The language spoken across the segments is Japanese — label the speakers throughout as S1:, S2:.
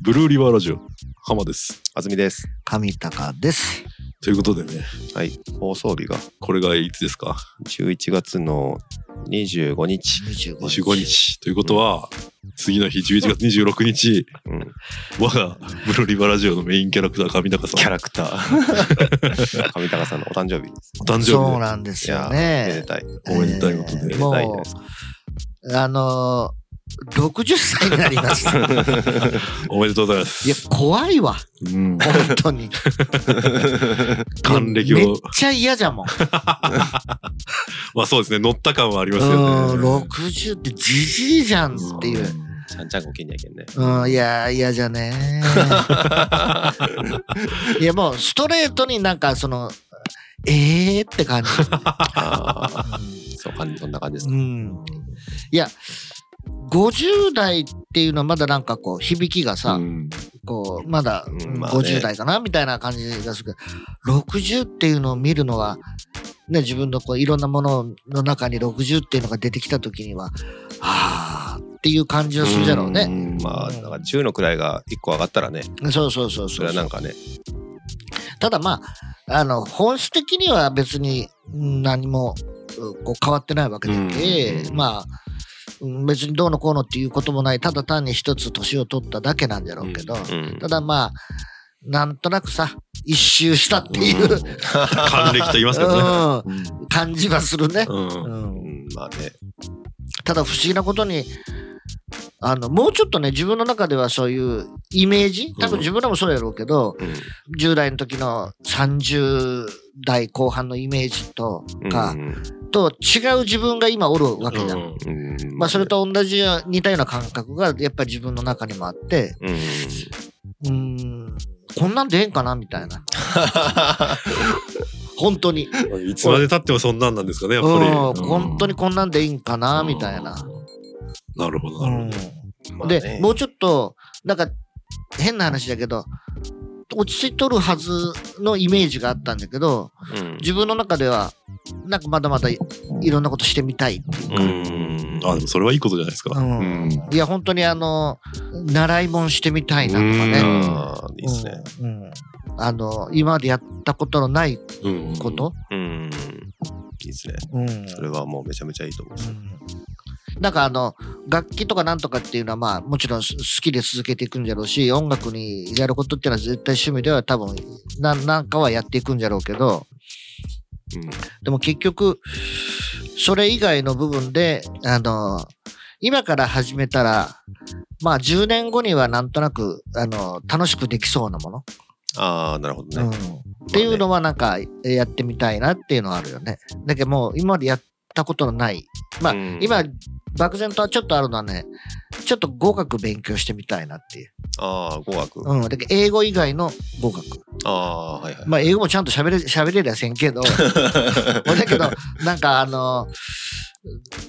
S1: ブルーリバーラジオ、浜です。
S2: あずみです。
S3: 神高です。
S1: ということでね、
S2: はい。放送日が
S1: これがいつですか
S2: 11月の25日。
S3: 25
S1: ?25 日。ということは、次の日、11月26日、
S2: うん。
S1: 我がブルーリバーラジオのメインキャラクター、上高
S2: キ
S1: さ
S2: ャ
S1: ん、
S2: ラクター。 上高さんのお誕生日です。
S1: お誕
S3: そう
S1: 生
S3: なんですよ
S2: めで
S3: ね。
S2: たい。
S1: 日でおめでたいことで、
S3: えー
S2: めで
S3: も
S2: たいじゃないです
S3: う、あのー、60歳になり ました。
S1: おめでとうございま
S3: いや
S1: す。、
S3: 怖いわ。
S1: うん、
S3: 本当に。
S1: 還暦
S3: めっ
S1: を、
S3: ちゃ嫌じゃもん。
S1: まあそうですね、乗った感はありますよ
S3: うん、
S1: ね。
S3: 60ってじじいじゃんっていう。
S2: ちゃんちゃんこきんにゃけんね。
S3: うん、いや、嫌じゃね ーいや、もうストレートになんかその、えーっ て感じ。
S2: ああ、そうか、そんな感じです
S3: う
S2: ね。
S3: ん。いや、50代っていうのはまだなんかこう、響きがさ、
S1: うん
S3: こう、まだ、
S2: う
S3: うんん
S2: まあね
S3: 50代かなみたいな感じがするけど、60っていうのを見るのは、ね、自分のこういろんなものの中に60っていうのが出てきた時には、あーっていう感じがするじゃろうね。
S2: んまあ、だから10の位が1個上がったらね、
S3: そうそうそ
S2: そ
S3: うそ
S2: れ
S3: う
S2: はなんかね、
S3: ただまあ、あの、本質的には別にうん何もうこう変わってないわけで、
S2: うん
S3: まあ、うん別にどうのこうのっていうこともない、ただ単に一つ年を取っただけなんじゃろうけど、
S2: うん
S3: ただまあ、なんとなくさ、一周したっていう、
S1: 還暦と言いますけどね。
S3: うん感じはするね。
S1: うん
S3: うん
S2: うんまあね、
S3: ただ不思議なことにあのもうちょっとね自分の中ではそういうイメージ多分自分でもそうやろうけど、10代の時の30代後半のイメージと
S2: うん
S3: か、
S2: うん
S3: と違う自分が今おるわけじゃ
S1: うん
S3: ん。
S2: うん
S3: まあ、それと同じよう似たような感覚がやっぱり自分の中にもあって
S2: うん、
S3: うーんこんなんでええんかなみたいな本当に
S1: いつまで経ってもそんなんなんですかね、やっぱり。
S3: うん本当にこんなんでいいんかな
S1: うん
S3: みたいな。。
S1: なるほど、なるほど。
S2: まあね
S3: で、もうちょっと、なんか、変な話だけど、落ち着いとるはずのイメージがあったんだけど、
S2: うん
S3: 自分の中では、なんかまだまだいいろんなことしてみたいってい
S2: う
S3: うか、
S2: ん
S1: あ、でもそれはいいことじゃないですか。
S3: うん
S1: うん
S3: いや、本当にあの、習い物してみたいなとか
S1: う
S3: ね。
S1: ん
S2: あーいいですね。
S3: うん。うんあの、今までやったことのない
S1: うん
S3: こと、
S2: うん。いいですね。
S3: うん。
S2: それはもうめちゃめちゃいいと思います。
S3: うんなんかあの楽器とかなんとかっていうのはまあもちろんす好きで続けていくんじゃろうし音楽にやることっていうのは絶対趣味では多分ななんかはやっていくんじゃろうけどでも結局それ以外の部分であの今から始めたらまあ10年後にはなんとなくあの楽しくできそうなもの、
S2: ああ、なるほど
S3: うん
S2: ね。
S3: っていうのはなんかやってみたいなっていうのはあるよね。だけどもう今までやったことのないまあ
S2: うん
S3: 今、漠然とはちょっとあるのはね、ちょっと語学勉強してみたいなっていう。
S2: ああ、語学。あ
S3: うん。だけど英語以外の語学。
S2: あー、はいはい。
S3: まあ、英語もちゃんと喋れ、喋れりゃせん けど、俺だけど、なんかあの、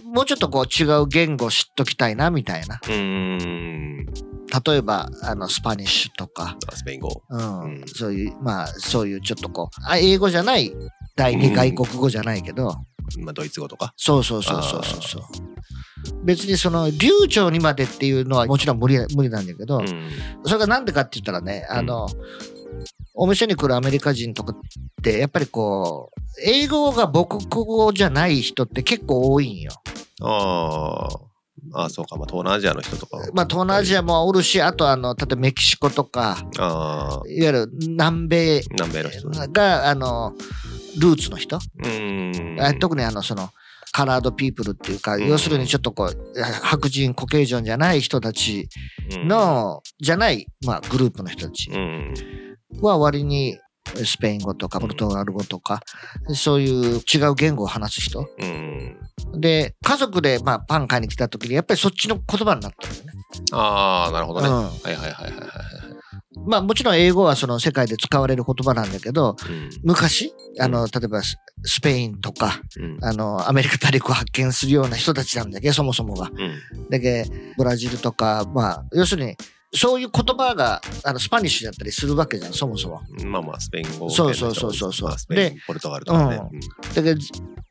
S3: もうちょっとこう違う言語知っときたいなみたいな。
S2: うーん。
S3: 例えば、あの、スパニッシュとか、
S2: あスペイン語。
S3: うん。
S2: うん
S3: そういう、まあ、そういうちょっとこう、あ英語じゃない、第二外国語じゃないけど、
S2: まあ、ドイツ語とか。
S3: そうそうそうそうそうそう。別にその流暢にまでっていうのはもちろん無理無理なんだけど、
S2: うん。
S3: それがなんでかって言ったらね、あの、お店に来るアメリカ人とかって、やっぱりこう、英語が母国語じゃない人って結構多いんよ。
S2: あーあー、そうか。まあ、東南アジアの人とか。
S3: まあ、東南アジアもおるし、あとあの、例えばメキシコとか、
S2: ああ、
S3: いわゆる南米
S2: 南米の人。う
S3: が、あの、ルーツの人、
S2: ーん。
S3: あ特にあの、その、カラードピープルっていうか、
S2: うん
S3: 要するにちょっとこう、白人、コケージョンじゃない人たち
S2: うん、
S3: の、じゃない、まあ、グループの人たち。
S2: うん。
S3: は割にスペイン語とかポルトガル語とか、そういう違う言語を話す人。
S2: うん。
S3: で、家族でまあパン買いに来た時にやっぱりそっちの言葉になったんだよね。
S2: ああ、なるほどね。は
S3: う
S2: いはいはいはいはいはい。
S3: ん、まあもちろん英語はその世界で使われる言葉なんだけど、
S2: うん
S3: 昔、あの、例えばススペインとか、
S2: うん。
S3: あの、アメリカ大陸を発見するような人たちなんだけど、そもそもが。
S2: うん。
S3: だけどブラジルとか、まあ、要するに、そういう言葉が、あの、スパニッシュだったりするわけじゃん、そもそも。
S2: まあまあ、スペイン語。
S3: そうそうそうそうそう
S2: まあスペイン、ポルトガルとかね。
S3: うんだけど、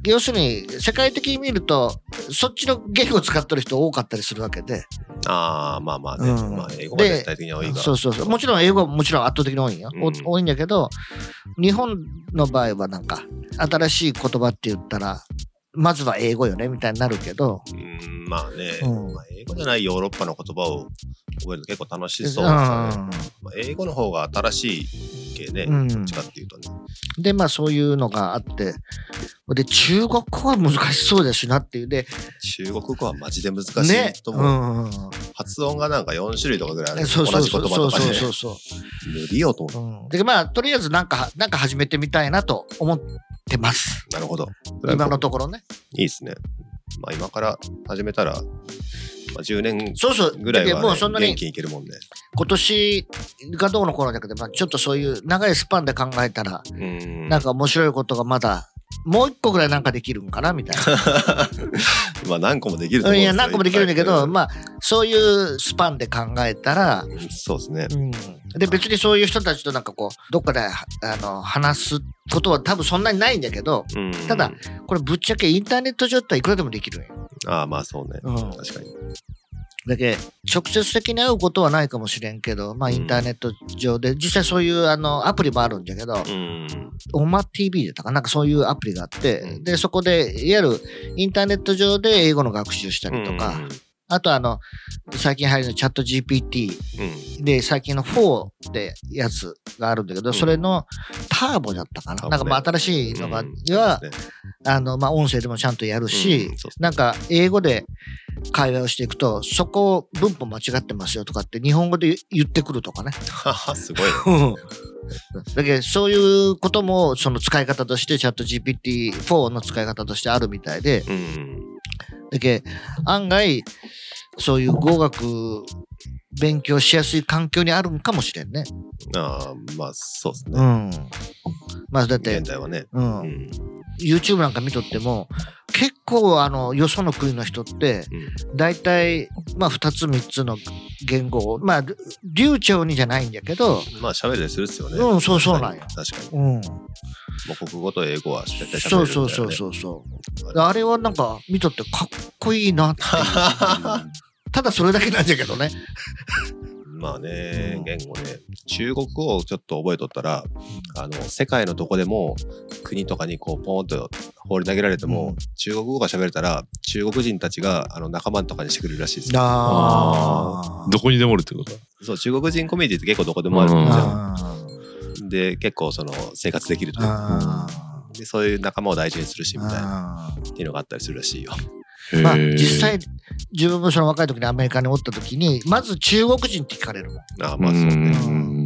S3: 要するに世界的に見ると、そっちの言語を使ってる人多かったりするわけで、
S2: うんああ、まあまあね。
S3: うん
S2: まあ、英語が絶対的に多いが。
S3: そうそうそう。もちろん英語はもちろん圧倒的に多いんよ。お
S2: うん
S3: 多いんだけど、日本の場合はなんか、新しい言葉って言ったら、まずは英語よねみたいになるけど、
S2: うん、まあね。
S3: うん
S2: まあ、英語じゃないヨーロッパの言葉を覚えるの結構楽しそうです
S3: う
S2: よね。ま
S3: ん
S2: あ、英語の方が新しい系ね。
S3: うん
S2: どっちかっていうとね。
S3: で、まあそういうのがあって、で、中国語は難しそうだしなっていう。で、
S2: 中国語はマジで難し
S3: ね
S2: い、と思う。
S3: んん
S2: 発音がなんか4種類とかぐらいあ
S3: うん
S2: る。
S3: そうそ
S2: 同
S3: う
S2: じ
S3: そ
S2: 言
S3: う
S2: 葉とか
S3: そう
S2: ね。
S3: そうそう。
S2: 無理よと思う。
S3: うんで、まあ、とりあえずなんか、なんか始めてみたいなと思ってます。
S2: なるほど。
S3: 今のところね。
S2: いいですね。まあ今から始めたら、まあ、10年
S3: そうそう。
S2: ぐらい
S3: で
S2: は、ね、
S3: もうそんなに
S2: 元気にいけるもんね。
S3: 今年がどうの頃だけど、まあ、ちょっとそういう長いスパンで考えたら、
S2: うん。
S3: なんか面白いことがまだ、もう一個ぐらいなんかできるんかな みたいな。
S2: まあ何個もできると
S3: う
S2: 思うんんですよ
S3: いや、何個もできるんだけ
S2: いっぱ
S3: ど、
S2: い
S3: まあ、そういうスパンで考えたら、
S2: うんそうですね。
S3: うん、で別にそういう人たちとなんかこうどっかではあの話すことは多分そんなにないんだけど
S2: うん
S3: ただ。これぶっちゃけインターネット上だったらいくらでもできるんよ
S2: ああ、まあそうね。
S3: うん
S2: 確かに。
S3: だけ直接的に会うことはないかもしれんけどまあ
S2: うん
S3: インターネット上で実際そういうあのアプリもあるんだけど
S2: うん。
S3: オマ TV だったかななんかそういうアプリがあって、
S2: うん
S3: でそこでいわゆるインターネット上で英語の学習をしたりとか、あとあの最近入るのチャット GPT
S2: うん。うん。
S3: で最近の4ってやつがあるんだけど、
S2: うん
S3: それのターボだったかな、
S2: ターボね
S3: なんかまあ新しいのが、
S2: うん
S3: は、
S2: そうですね
S3: あのまあ音声でもちゃんとやる
S2: うん
S3: し、
S2: そうですね
S3: なんか英語で会話をしていくとそこを文法間違ってますよとかって日本語で言ってくるとかね
S2: ははすごいね。
S3: だけどそういうこともその使い方としてチャット GPT4 の使い方としてあるみたいで
S2: うん。
S3: だけど案外そういう語学勉強しやすい環境にあるんかもしれんね。
S2: ああ、まあそうです
S3: う
S2: ね。
S3: ん。まあだって
S2: 現、代はね。
S3: う、
S2: うんん。
S3: YouTube なんか見とっても結構あのよその国の人って
S2: うん
S3: 大体、まあ、2つ3つの言語をまあ流流暢にじゃないんだけど、
S2: まあ喋れたりするっすよね。
S3: うんそうそうなんよ
S2: 確かに。確か
S3: うん、
S2: にもう国語と英語は絶対喋れる
S3: そ
S2: み
S3: う
S2: たいなね。
S3: そうそうそうそうあれはなんか見とってかっこいいなっていう ただそれだけなんだけどね
S2: まあね、
S3: うん
S2: 言語ね。中国語をちょっと覚えとったら、あの、世界のどこでも国とかにこう、ポーンと放り投げられても、
S3: うん
S2: 中国語が喋れたら、中国人たちが、あの、仲間とかにしてくれるらしいですよ。
S1: あ どこにでもおるってこと
S2: そう、中国人コミュニティって結構どこでもあるんじゃ
S3: あ
S2: ん。で、結構その、生活できるとか、
S3: あ
S2: で、そういう仲間を大事にするし、みたいな、
S3: あ
S2: っていうのがあったりするらしいよ。
S1: へー
S3: まあ、実際自分もその若い時にアメリカにおった時にまず中国人って聞かれるもん、
S2: ああ
S1: う
S2: まあそうね。
S1: ん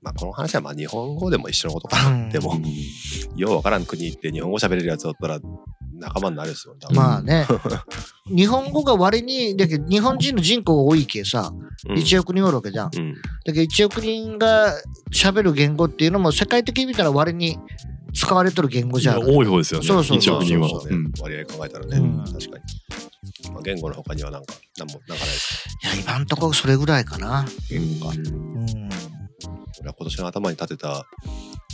S2: まあこの話はまあ日本語でも一緒のことかな。でも、ようわからん国行って日本語喋れるやつだったら、仲間になるっすよ。多分
S3: まあね日本語が割にだけど日本人の人口が多いけさ
S2: うん
S3: 1億人おるわけじゃん、
S2: うん。
S3: だけど1億人が喋る言語っていうのも世界的に見たら割に使われてる言語じゃん
S1: いや多い方ですよね
S3: そうそう
S1: 一
S3: そう
S1: 億人は
S2: そうそう
S1: う
S2: ね
S1: ん
S2: 割合考えたらね、
S3: うん
S2: 確かに。まあ、言語の他にはなんか、なんも、なんかないです。
S3: いや今んとこそれぐらいかな
S2: 言語か。
S3: うん
S2: 俺は今年の頭に立てた、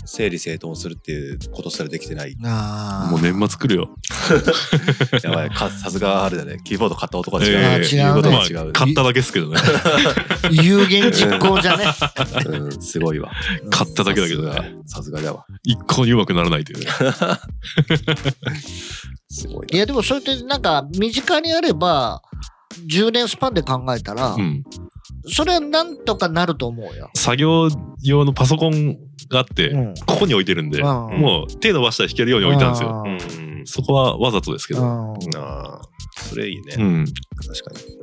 S2: 整理整頓するっていうことすらできてない。
S3: あー
S1: もう年末来るよ
S2: やばい、かさすがあれだね。キーボード買った男は違う。
S3: ええ
S2: 言うこと
S1: ま
S2: も
S1: あ
S2: 違う。
S1: 買っただけですけどね
S3: 有言実行じゃね
S2: うん、すごいわ。
S1: 買っただけだけどね
S2: さすがだわ。
S1: 一向にうまくならないというね
S2: すごい
S3: い
S2: な。
S3: やでもそれってなんか身近にあれば10年スパンで考えたら、
S1: うん
S3: それはなんとかなると思うよ。
S1: 作業用のパソコンがあって
S3: うん
S1: ここに置いてるんで
S3: うん
S1: もう手伸ばしたら弾けるように置いたんですよ
S3: あ
S2: う
S3: ー
S2: ん。
S1: そこはわざとですけど
S3: うん
S2: ああ、それいいね。
S1: うん
S2: 確かに。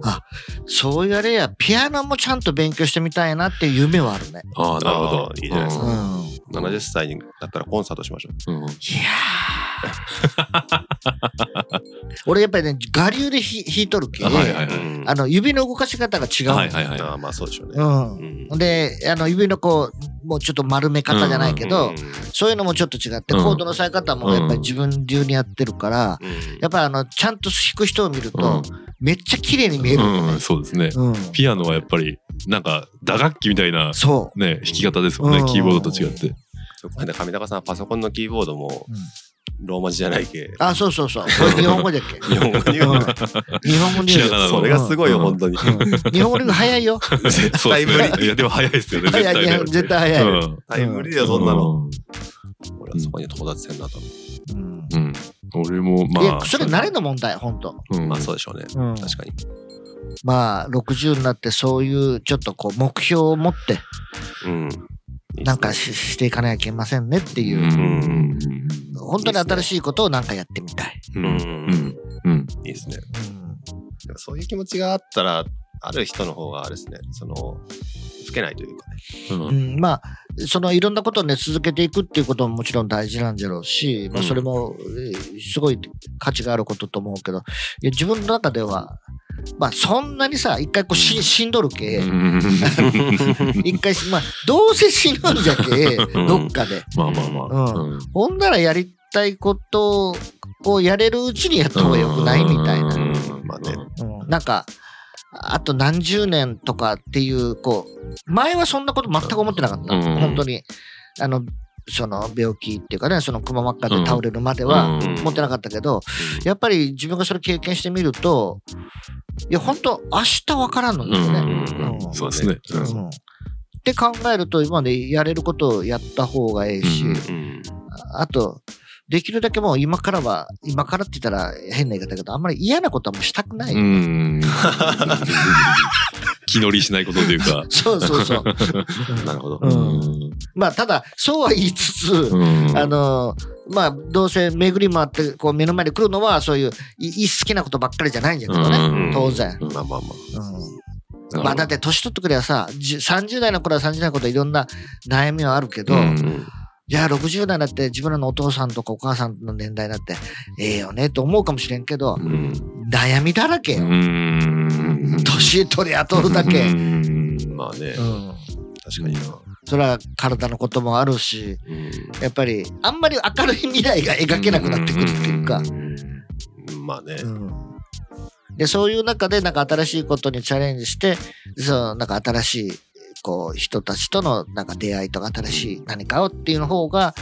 S3: そう言われやピアノもちゃんと勉強してみたいなっていう夢はあるね。
S1: ああなるほど
S2: あーいいじゃないです
S3: う
S2: か
S3: ん、い
S2: 70歳になったらコンサートしましょう。
S1: うんうん
S3: や ー俺やっぱりね我流でひ弾いとるけ、
S1: はいはいはい
S2: うん
S3: あの指の動かし方が違うの、
S1: はいはいはい
S2: ああ、まあそうでしょうね。
S3: うん
S2: ん
S3: であの指のこうもうちょっと丸め方じゃないけど、
S2: うん
S3: そういうのもちょっと違って、
S1: うん
S3: コードの押さえ方もやっぱり自分流にやってるから、やっぱりあのちゃんと弾く人を見ると、めっちゃ綺麗に見える、
S1: うんうんそうですね
S3: うん
S1: ピアノはやっぱりなんか打楽器みたいな
S3: そう
S1: ね弾き方ですもんね
S3: うん
S1: キーボードと違って
S2: そうこの間上高さんパソコンのキーボードも、
S3: うん
S2: ローマ字じゃないけ。
S3: あ、そうそうそう。これ日本語だっけ
S2: 日本語に言う の
S3: うん日本語で
S1: ひ
S3: 言
S1: ら
S3: う
S1: がな
S3: よ。
S1: の
S2: それがすごいよ、本当に。
S3: うん日本語の方が早いよ。
S2: 絶
S1: そう
S2: 対
S1: で
S2: 無
S1: す
S2: 理。
S1: ね。いや、でも早いですよね、絶
S3: 早
S1: 対
S3: い、
S1: ね
S3: 早い。絶対早い。
S1: う
S3: うん
S1: ん
S2: 絶対無理だよ、そんなの。。俺はそこに友達せんなと思
S1: うん。俺も、
S3: い
S1: ま
S3: や
S1: あ。
S3: それ慣れの問題、本当。
S1: う
S2: う。
S1: ん
S2: まあ、そうでしょうね。
S3: うん
S2: 確かに。
S3: まあ、60になって、そういう、ちょっとこう、目標を持って、
S2: うん。いいっすね
S3: なんかししていかなきゃいけませんねっていうう。
S1: ん。
S3: 本当に新しいことをなんかやってみたい。
S1: う。
S2: うんん。
S1: うん。
S2: いいですね。
S3: うん
S2: でもそういう気持ちがあったら、ある人の方があれですね、その、つけないというかね。
S1: う。
S3: うんん、まあそのいろんなことをね続けていくっていうことももちろん大事なんだろうし、まあ、
S2: うん
S3: それもえーすごい価値があることと思うけどいや自分の中では、まあ、そんなにさ一回こうししんどるけ、一回 し、まあ、どうせ死ぬんじゃけ、
S1: ん
S3: どっかで
S1: まあまあまあ。うん。
S3: ほんならやりたいことをやれるうちにやった方がよくないみたいな、
S1: うん
S2: まあね。
S3: うん、なんかあと何十年とかっていうこう前はそんなこと全く思ってなかった、
S1: うん
S3: 本当にあのその病気っていうかねそのくま真っ赤で倒れるまで
S1: う
S3: は
S1: ん
S3: 思ってなかったけど、
S2: うん
S3: やっぱり自分がそれ経験してみるといや本当明日わからんのですね。
S1: うん
S3: うん
S1: そうですね。
S3: うんって考えると今でやれることをやった方がええし、
S1: うん
S2: うん。
S3: あとできるだけもう今からは今からって言ったら変な言い方だけどあんまり嫌なことはもうしたくない、
S1: うん。気乗りしないことというか。
S3: そうそうそう、
S2: なるほど。
S3: うんまあただそうは言いつつ、あのまあどうせ巡り回ってこう目の前に来るのはそういういい好きなことばっかりじゃないんじゃないですかね、
S2: うん
S3: 当然、
S1: うん
S2: まあまあま
S3: う
S1: ほ
S3: ん
S1: ど
S3: まあだって年取ってくればさじゅ30代の頃は30代のこといろんな悩みはあるけど、
S1: うん
S2: あ。うん
S3: いや60代だって自分らのお父さんとかお母さんの年代だってええよねと思うかもしれんけど
S2: うん。
S3: 悩みだらけ
S1: う
S3: よ、
S1: ん。
S3: 年取りゃ取るだ
S1: う
S3: け、う
S1: ん。
S3: ん
S2: まあね、確かにな。
S3: それは体のこともあるしやっぱりあんまり明るい未来が描けなくなってくるっていうか、
S2: うんまあね。
S3: うんでそういう中でなんか新しいことにチャレンジしてそのなんか新しいこう人たちとのなんか出会いとか新しい何かをっていうの方が、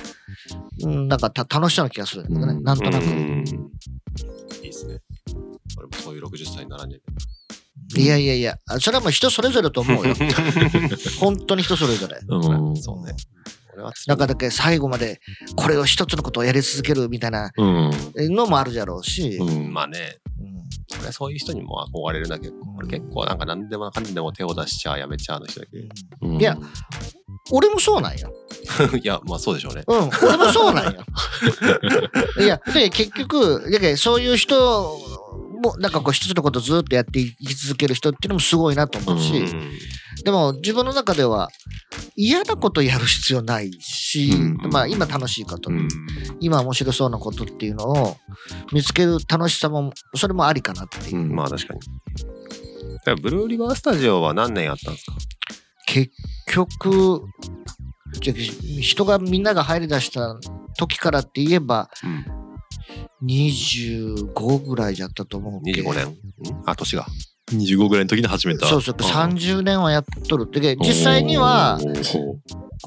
S3: うん、なんかた楽しそうな気がするんだけどね、
S1: うん
S3: なんとなく、
S2: うんいいですね。俺もそういう60歳にならね
S3: いやいやいやあそれはもう人それぞれと思うよ本当に人それぞれ。
S1: うん。
S2: え。そうね。俺は
S3: だからだけ最後までこれを一つのことをやり続けるみたいな
S1: うん。
S3: のもあるじゃろうし、
S1: うん。
S2: まあね、俺はそういう人にも憧れるんだけど、俺結構なんか何でもかんでも手を出しちゃうやめちゃうの人だけ
S3: う。ん
S1: うん
S3: いや、俺もそうなんよ。
S2: いや、まあそうでしょうね。
S3: うん、俺もそうな んよ。いや、で、結局、だけどそういう人も、なんかこう、一つのことをずっとやっていき続ける人っていうのもすごいなと思うし、でも、自分の中では、嫌なことやる必要ないし、
S1: うん
S3: まあ、今楽しいこと、
S1: うん。
S3: 今面白そうなことっていうのを見つける楽しさも、それもありかなっていう。
S1: うん
S2: まあ確かに。だからブルーリバースタジオは何年やったんですか
S3: 結局、じゃあ人がみんなが入り出した時からって言えば、25ぐらいじゃったと思うけ
S2: ?25 年。んあ、年が。
S1: 25ぐらいの時に始めた。
S3: そうそう30年はやっとるってけ実際には今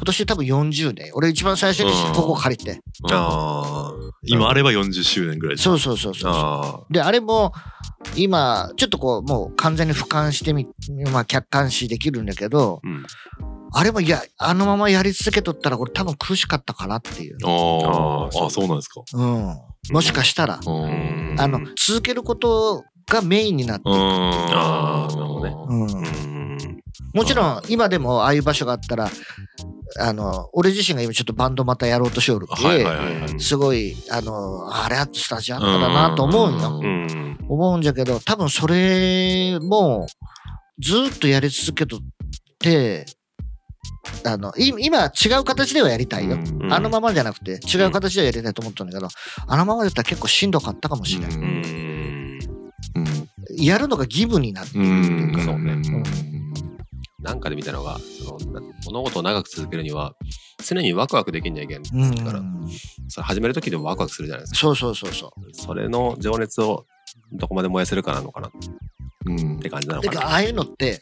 S3: 年多分40年俺一番最初に
S1: うん
S3: ここ借りて
S2: あー
S1: 今あれば40周年ぐらい
S3: そうそうそうそう
S2: あ
S3: であれも今ちょっとこうもう完全に俯瞰してみまあ客観視できるんだけど
S2: ー。うん。
S3: あれもいやあのままやり続けとったら俺多分苦しかったかなっていう、
S1: あ
S2: あ
S1: あ、あそうなんですか。
S3: うん、もしかしたら
S1: うん
S3: あの続けることがメインになっていく
S1: あ
S2: ーなるほど
S3: うん
S2: うん。
S3: もちろん今でもああいう場所があったらあの俺自身が今ちょっとバンドまたやろうとしおるけ、
S1: はいはいはいはい。
S3: すごいあのあれあとスタジオあったらなと思うんよ、
S1: うん
S2: うん。
S3: 思うんじゃけど多分それもずーっとやり続けとってあのい今は違う形ではやりたいよ、
S2: うん
S3: あのままじゃなくて違う形ではやりたいと思ったんだけど、あのままだったら結構しんどかったかもしれない、
S2: うん。
S3: やるのが義務になっているっていうか、
S2: なんかで見たのが、そのな物事を長く続けるには、常にワクワクできんじゃいけん。
S3: うん
S2: だから、それ始める時でもワクワクするじゃないですか。
S3: そうそうそうそう
S2: それの情熱をどこまで燃やせるかなのかなって感じなの
S3: て
S2: か
S3: か
S2: な。
S3: ああいうのって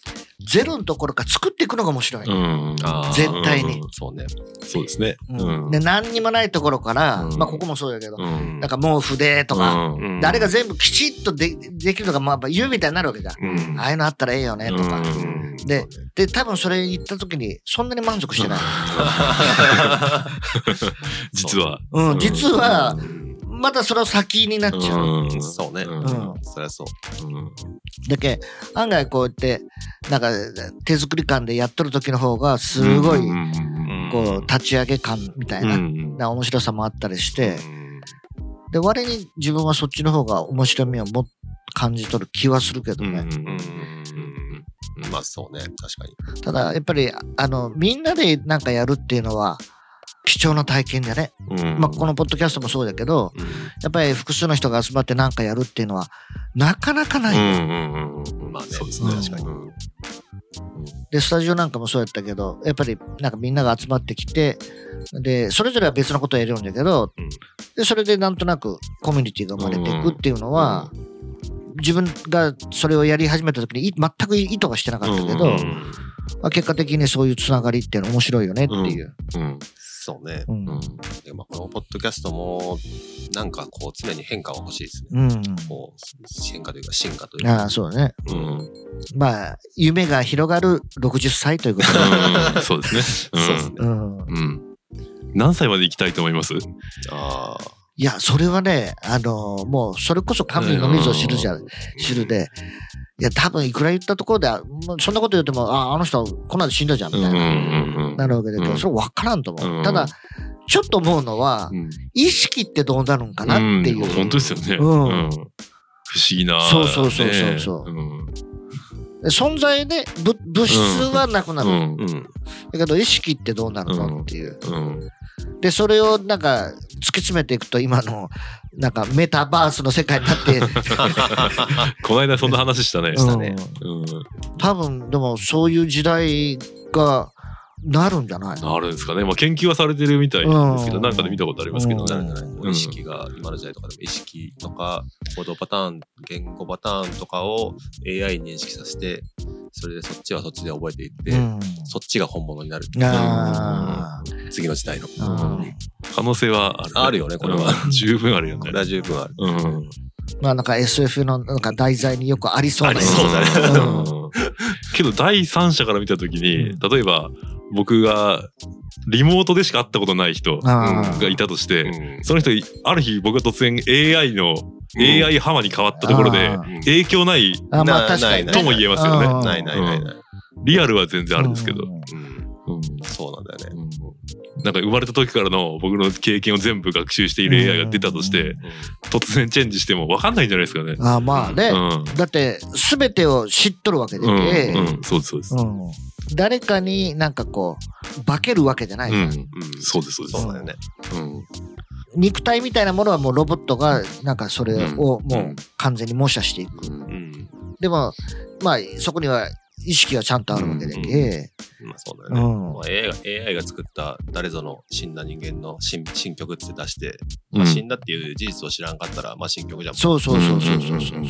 S3: ゼロのところから作っていくのが面白い。
S1: うん。
S2: あー
S3: 絶対に
S1: うん
S2: そうね。
S1: そうですね。
S3: うんで何にもないところから、
S1: うん
S3: まあここもそうだけど、
S1: うん。
S3: なんか毛布でとか、
S1: うん
S2: うん
S3: であれが全部きちっとでできるのがまあやっぱ夢みたいになるわけじゃん。
S2: うん
S3: ああいうのあったらええよねとか。
S1: うん
S2: うん
S3: でで多分それ言った時にそんなに満足してない。
S1: 実は。
S3: うん、実は
S2: うん
S3: まだそれを先になっちゃう。
S1: うん
S2: そうね。
S1: うん
S2: そりゃそう。
S1: うん
S3: だけ案外こうやってなんか手作り感でやっとる時の方がすごい
S1: うんうん
S3: こ
S2: う
S3: うん立ち上げ感みたいな,、
S1: うん
S3: な面白さもあったりして
S2: うん
S3: で割に自分はそっちの方が面白みをも感じ取る気はするけど
S1: うん
S3: ね、
S2: うんうんまあそうね。確かに。
S3: ただやっぱりあのみんなでなんかやるっていうのは貴重な体験でね、
S1: うん
S3: まあ、このポッドキャストもそうだけどやっぱり複数の人が集まってなんかやるっていうのはなかなかない、
S1: うんうんうんうん
S2: まあね
S1: そうですね。
S3: 確か
S2: に
S1: うん
S3: でスタジオなんかもそうやったけどやっぱりなんかみんなが集まってきてでそれぞれは別のことをやるんだけど、
S2: うん
S3: でそれでなんとなくコミュニティが生まれていくっていうのは、自分がそれをやり始めた時にい全く意図はしてなかったけど、
S1: うん
S3: まあ、結果的にそういうつながりっていうの面白いよねっていう。
S1: うん
S2: そうね。
S3: うん
S1: うん
S2: でまあこのポッドキャストも、なんかこう常に変化は欲しいですね。
S3: うん
S2: こう、変化というか進化という
S3: あ
S2: か。
S3: あそうだね。
S1: うん
S3: まあ、夢が広がる60歳ということで。
S1: うんそうですね。
S2: そうですね
S3: う。ん。
S1: うん。何歳まで行きたいと思います
S2: ああ。
S3: いや、それはね、あのーもう、それこそ神の水を知るじゃん、知るで。いや、多分、いくら言ったところで、あもうそんなこと言っても、あ、あの人、こんなの死んだじゃん、みたいな、
S1: うん
S3: なるわけだけど、
S1: うん
S3: それ分からんと思う。
S1: うん
S3: ただ、ちょっと思うのは、
S1: うん
S3: 意識ってどうなるんかなっていう。
S1: ん本当ですよね。
S3: うん
S1: 不思議な。
S3: そうそうそうそうそう
S1: ねうん
S3: 存在で、ぶ物質はなくなる。
S1: うん
S2: うん。
S3: だけど、意識ってどうなるのっていう。
S1: うん
S3: で、それをなんか突き詰めていくと、今のなんかメタバースの世界になって、
S1: この間そんな話したね。
S2: したね
S1: うん
S3: 多分でもそういう時代がなるんじゃない
S1: なるんですかね。まあ研究はされてるみたいなんですけ
S3: う
S1: ど、
S3: ん
S1: なんかで見たことありますけど
S3: うん
S2: なるん
S1: ね。
S2: じゃないもう
S1: うん
S2: 意識が今の時代とかでも意識とか行動パターン言語パターンとかを AI に認識させてそれでそっちはそっちで覚えていって、
S3: うん
S2: そっちが本物になる
S3: あー
S2: 次の時代の
S3: うん
S1: 可能性はあるね。
S2: あるよねこれは
S1: うん十分あるよ
S2: こ
S1: ね
S2: れ。は十分ある
S1: うん。
S3: まあなんか SF のなんか題材によくありそう
S2: あ
S3: な
S2: りそうだね
S1: うんけど第三者から見た時に
S3: うん
S1: 例えば僕がリモートでしか会ったことない人うん
S3: あー
S1: がいたとして、
S2: うん
S1: その人ある日僕が突然 AI の、AI ハマに変わったところで
S3: あー
S1: 影響ない
S3: あまあ
S2: な
S3: 確か
S2: ない
S3: にね
S2: ないと
S1: も言えますよね
S3: うん
S2: ないないないない、
S1: リアルは全然あるんですけど
S3: う、ん
S2: うん
S1: うん
S2: そうなんだよね、
S1: なんか生まれた時からの僕の経験を全部学習している AI が出たとして、突然チェンジしても分かんないんじゃないですかね。
S3: あーまあね、
S1: うん
S3: だって全てを知っとるわけで、
S1: うんうん、そうですそうです。
S3: うん誰かになんかこう化けるわけじゃない、
S1: うん、
S2: うんうん
S1: そうですそうです。
S2: そうだよね
S1: うん
S3: 肉体みたいなものはもうロボットがなんかそれをも
S1: う
S3: うん完全に模写していく
S2: うん
S3: でも、まあ、そこには意識がちゃんとあるわけで、
S1: うん
S3: え
S2: まあそうだよね、
S3: うん
S2: まあ AI, が AI が作った誰ぞの死んだ人間の新新曲って出して、
S1: う
S2: まあ
S1: ん
S2: 死んだっていう事実を知らんかったら、まあ、新曲じゃん
S3: えそうそうそうそうそうそう,、
S1: うん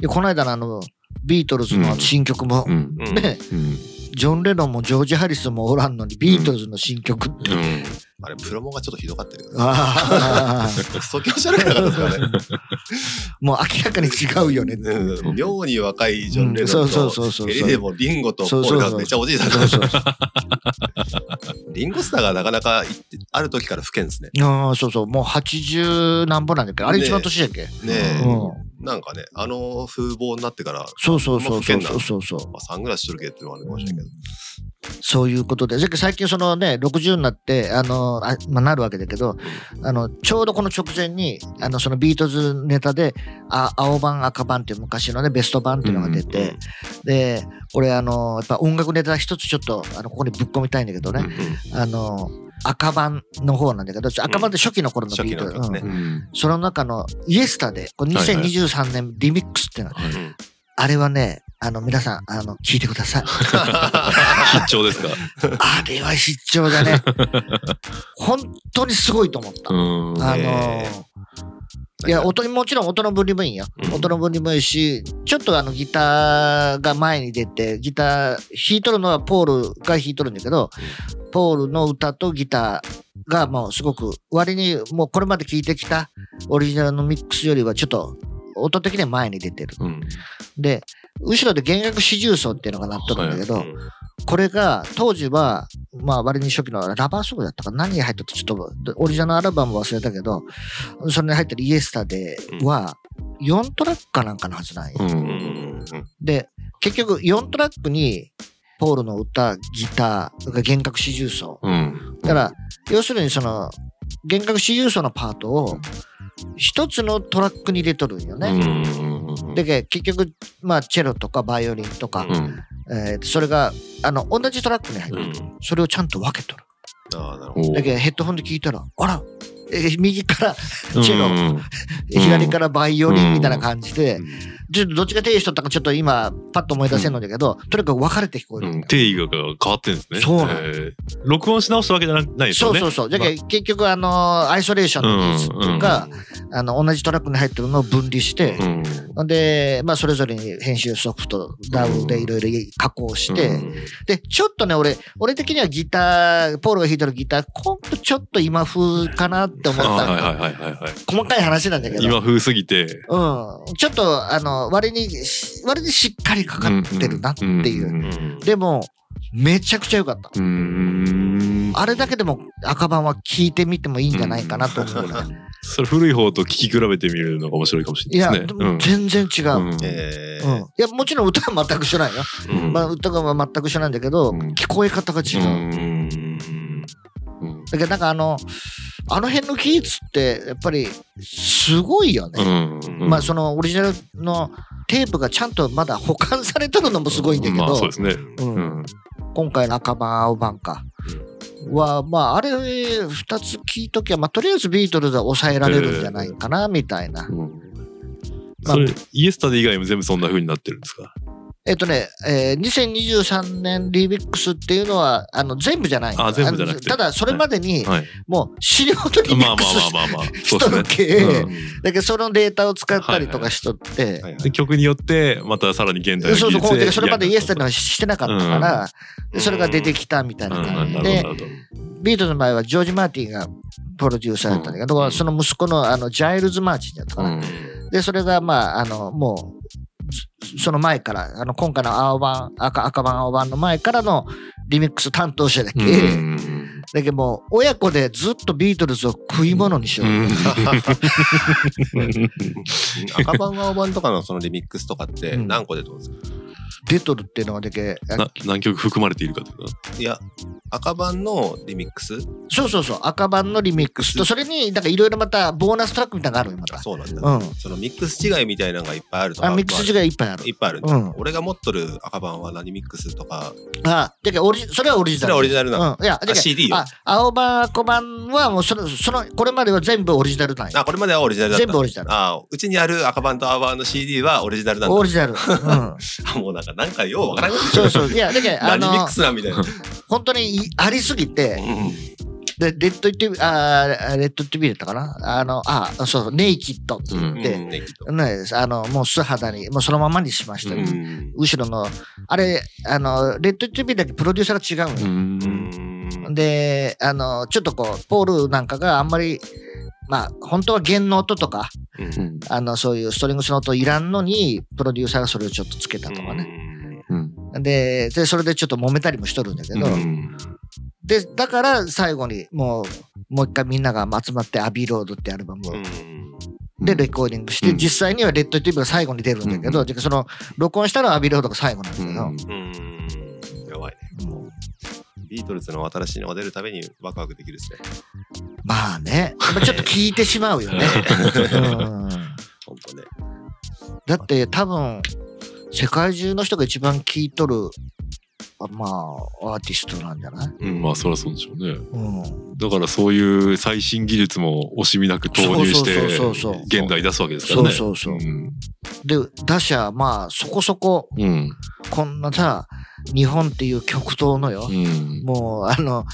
S3: でこの間のあのビートルズの新曲も、
S1: うんうん
S2: うん
S3: ね
S1: うん
S3: ジョン・レノンもジョージ・ハリスもおらんのにビートルズの新曲って、
S1: うん
S2: あれ、プロモがちょっとひどかったけどね。
S3: ああ
S2: クソ気持ち悪くなかったですかね。
S3: もう明らかに違うよねって
S2: うん妙に若いジョン・レ
S3: そ
S2: ノ
S3: う
S2: ン
S3: そう
S2: と、
S3: そうそう
S2: エリでもリンゴとポ
S3: そう
S2: ー
S3: そう
S2: ル
S3: そう
S2: がめっちゃおじいさん
S3: そう
S2: だ
S3: そうそう
S2: リンゴスターがなかなかいってある時から不健ですね。
S3: あーそうそうもう80何本なんだっけあれ一番年だっけ、
S2: ね
S1: え
S3: うん
S2: え、なんかね、あの風貌になってから、
S3: そうそうそうそう
S2: もう老けんな
S3: そうそうそう
S2: まあ、サングラスしとるけどっていうのはあるかもしれない
S3: そういうことで、ぜ最近そのね、60になって、あの、あまあ、なるわけだけど、あの、ちょうどこの直前に、あの、そのビートズネタで、あ青版、赤版っていう昔のね、ベスト版っていうのが出て、で、これあの、やっぱ音楽ネタ一つちょっと、あの、ここにぶっ込みたいんだけどね、
S1: うん
S2: けど。
S3: あの、赤版の方なんだけど、ちょ赤版って初期の頃の
S2: 初
S3: ビ
S2: 期
S3: ート
S2: の
S3: ルズ、
S2: 曲ね
S3: うん。その中のイエスタで、これ
S1: はいはい
S3: 2023年リミックスっていうの、
S1: はい
S2: うん
S3: あれはね、あの、皆さん、あの、聞いてください。
S1: 必聴ですか。
S3: あれは必聴 だね。本当にすごいと思った。
S1: うん
S3: あのー
S2: え
S3: いや、音にもちろん音の分離もいいよ。
S1: うん
S3: 音の分離もいいし、ちょっとあのギターが前に出て、ギター弾いとるのはポールが弾いとるんだけど、ポールの歌とギターがもうすごく、割にもうこれまで聴いてきたオリジナルのミックスよりはちょっと音的には前に出てる。
S1: うん。
S3: で、後ろで弦楽四重奏っていうのが鳴っとるんだけど、
S1: はい
S3: これが当時は、まあ、割に初期のラバーソングだったかな何に入ったかちょっとオリジナルアルバム忘れたけどそれに入ってる「イエスタデー」は4トラックかなんかのはずなんよ。
S1: うん
S2: う
S1: うんん。
S2: うん
S3: で結局4トラックにポールの歌ギターが弦楽四重奏
S1: うん。
S3: だから要するにその弦楽四重奏のパートを一つのトラックに入れとるんよ
S1: う
S3: ね。
S1: ん。
S3: で結局、まあ、チェロとかバイオリンとか、
S1: うん。
S3: えーそれがあの同じトラックに入ってる、
S1: うん
S3: それをちゃんと分けとる。
S2: ああ、なるほ
S1: お
S2: ど。
S1: ー
S3: だけどヘッドホンで聞いたら、あら、えー右から、
S1: うん
S3: チェロ
S1: ん
S3: 左からバイオリンみたいな感じで、
S2: う
S3: ちょっとどっちが定位しとったかちょっと今、パッと思い出せんのだけど、とにかく分かれて聞こえ
S1: う
S3: るんだよ
S1: ん。定義が変わってんですね。
S3: そうなの
S1: えー録音し直したわけじゃなないです
S3: そ
S1: よ
S3: う
S1: ね。
S3: そううそう。だけど結局、あのーアイソレーションの技術っていうか、あの、同じトラックに入ってるのを分離して、
S1: ん。
S3: ほんで、まあ、それぞれに編集ソフト、DAW でいろいろ加工して、
S1: うん
S3: で、ちょっとね、俺、俺的にはギター、ポールが弾いてるギター、ほんとちょっと今風かなって思っ
S1: あ
S3: た
S1: ー
S3: の。
S1: はいはいはいはいはい。
S3: 細かい話なんだけど。
S1: 今風すぎて。
S3: うん、ちょっとあの割にし割にしっかりかかってるなっていう、
S1: うんうん
S2: ん
S3: でもめちゃくちゃ良かった、
S1: うん。
S3: あれだけでも赤版は聞いてみてもいいんじゃないかなと思うぐらい、
S1: それ古い方と聞き比べてみるのが面白いかもし
S3: い
S1: れ
S3: や、
S1: ないです
S3: で
S1: ね。
S3: も全然違う、うん
S1: うん
S2: ええ
S3: いやもちろん歌は全く一緒なんよ、
S1: うん
S3: まあ、歌が全く一緒なんだけど、
S1: うん
S3: 聞こえ方が違う、
S1: うんうん
S3: だけどなんかあのあの辺の技術ってやっぱりすごいよね、
S1: うん
S3: まあそのオリジナルのテープがちゃんとまだ保管されとるのもすごいんだけど、
S1: まあそうですね。
S3: うん
S1: うん
S3: 今回の赤版青版かはまああれ2つ聞いときゃ、まあ、とりあえずビートルズは抑えられるんじゃないかなみたいな、まあ
S1: それイエスタデイ以外も全部そんな風になってるんですか。
S3: えっとね、えー2023年リミックスっていうのはあの全部じゃない
S1: あ全部じゃなくて
S3: あのただそれまでに
S1: はい。
S3: もう資料とリミ
S1: まあまあ
S3: ックスし
S1: まあまあまあ。そう
S3: しと
S1: で
S3: る
S1: すね。
S3: け、
S1: うん
S3: だけどそのデータを使ったりとかしとって、
S2: はいはい
S1: で曲によってまたさらに現代の技術
S3: そうそう、こうそれまでイエスタ
S1: デ
S3: にはしてなかったから、でそれが出てきたみたいな
S1: な
S3: 感
S1: るほ
S3: じ
S1: ど
S3: で
S1: なる、ほど。
S3: ビートルズの場合はジョージ・マーティンがプロデューサーだったんだけど、
S1: うん
S3: その息子のあのジャイルズ・マーティンだったかな。で、それがまあ、あの、もう、ずその前から、あの、今回の青版、赤、赤版、青版の前からのリミックス担当者だっけ、
S1: うん
S3: だけどもう、親子でずっとビートルズを食い物にしよう。
S1: うん
S2: 赤版青版とかのそのリミックスとかって
S3: うん
S2: 何個出てますか、
S3: 出とるっていうのはだけ、あ
S1: な何曲含まれているかというか。
S2: いや赤版のリミックス
S3: そうそうそう、赤版のリミックスと、それに、なんかいろいろまたボーナストラックみたいなのがあるよ、ま
S2: あ
S3: た。
S2: そうなんだ、
S3: うん。
S2: そのミックス違いみたいなのがいっぱいあるとか
S3: あ、ミックス
S2: い
S3: 違いいっぱいある
S2: い。っぱいあるん
S3: う
S2: だ、
S3: ん。
S2: 俺が持っとる赤版は何ミックスとか
S3: あ、だけどオリジ、それはオリジ
S2: それ
S3: ナル
S2: はオ。リジナルなの、
S3: うん、いや、だけ
S2: あ
S3: ど
S2: CD よ
S3: あ、青版、小版はもうその、その、これまでは全部オリジナルなんや。
S2: あこれまではオリジナルだった
S3: 全部オリジナル
S2: あうちにある赤版と青版の CD はオリジナルなんだ
S3: オリジ ナル。うん。
S2: あもうなんかなんかようわからない
S3: そうそう。いや、だけど、あ
S2: 何ミッ
S3: の
S2: ク、スなんみたいな、
S3: 本当にいありすぎて、で、レッドイティビ、あーレッドイティビだったかなあの、あ、そうそう、ネイキッドって言っ
S2: う
S3: て、
S2: んねきっと
S3: ね、あの、もう素肌に、もうそのままにしましたよ。
S1: うん
S3: 後ろの、あれ、あの、レッドイティビだけプロデューサーが違うのよ
S1: うん
S2: うん
S3: で、あの、ちょっとこう、ポールなんかがあんまり、まあ、本当は弦の音とか、あの、そういうストリングスの音いらんのに、プロデューサーがそれをちょっとつけたとかね。
S1: うん
S3: で、で、それでちょっと揉めたりもしとるんだけど、
S1: うん
S3: で、だから最後にもう、もう一回みんなが集まってアビーロードってアルバムを、でレコーディングして、
S1: うん
S3: 実際にはレッドイティブが最後に出るんだけど、
S1: う
S3: でその、録音したらアビーロードが最後なんだけ
S1: う
S3: ど、
S1: ん
S2: うんうんやばいね
S3: もう
S2: ビートルズの新しいのが出るためにワクワクできるですね
S3: まあね、やっぱちょっと聞いてしまう よね。うん
S2: 本当ね
S3: だって多分、世界中の人が一番聞いとる、まあ、アーティストなんじゃない、
S1: うんまあそりゃそうでしょうね。
S3: うん、
S1: だからそういう最新技術も惜しみなく投入して
S3: そうそうそうそう
S1: 現代に出すわけですか
S3: そ
S1: ら
S3: う
S1: ね。
S3: そうそう。
S1: ん
S3: で、打者、まあ、そこそこ、
S1: うん
S3: こんなさ、日本っていう極東のよ、
S1: うん
S3: もう、あの、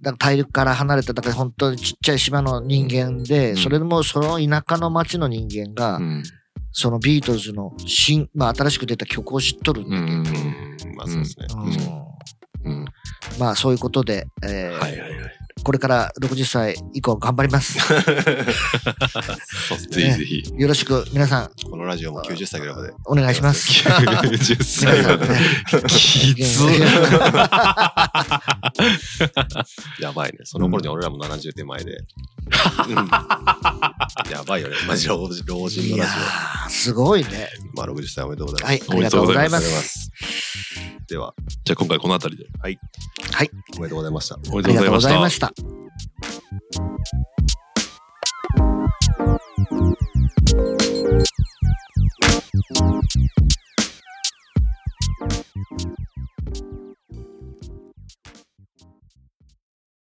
S3: だから大陸から離れた、だから本当にちっちゃい島の人間で、
S1: うん
S3: それでもその田舎の町の人間が、
S1: うん
S3: そのビートルズの新、まあ新しく出た曲を知っとるん
S1: う
S3: だけど、
S1: ん
S2: うん、まあそうですね。
S3: うん
S1: んうん
S3: まあそういうことで、えー
S1: はいはいはい
S3: これから60歳以降頑張ります。
S2: そうです
S1: ぜ
S2: ね。
S1: ひぜひ
S3: よろしく皆さん
S2: このラジオも90歳ぐらいまで。
S3: お願いします。
S1: 90歳まで
S3: 皆さんね
S1: きつ
S2: やばいね。その頃に俺らも70手 前で。うんやばいよね。マジ老人老人
S3: い
S2: の
S3: や
S2: ラジ
S3: ー、すごいね。
S2: オ。まあ60歳おめでとうございます。
S3: はい、ありがとうございま。
S2: おめでとうございますす。では、
S1: じゃあ今回この辺りで
S3: はい、
S2: おめでとうございました。
S1: おめ
S3: あ
S1: で
S3: り
S1: と
S3: が
S1: う
S3: とう
S1: ご
S3: ご
S1: ざ
S3: ざ
S1: い
S3: い
S1: ま
S3: ま
S1: し
S3: したた。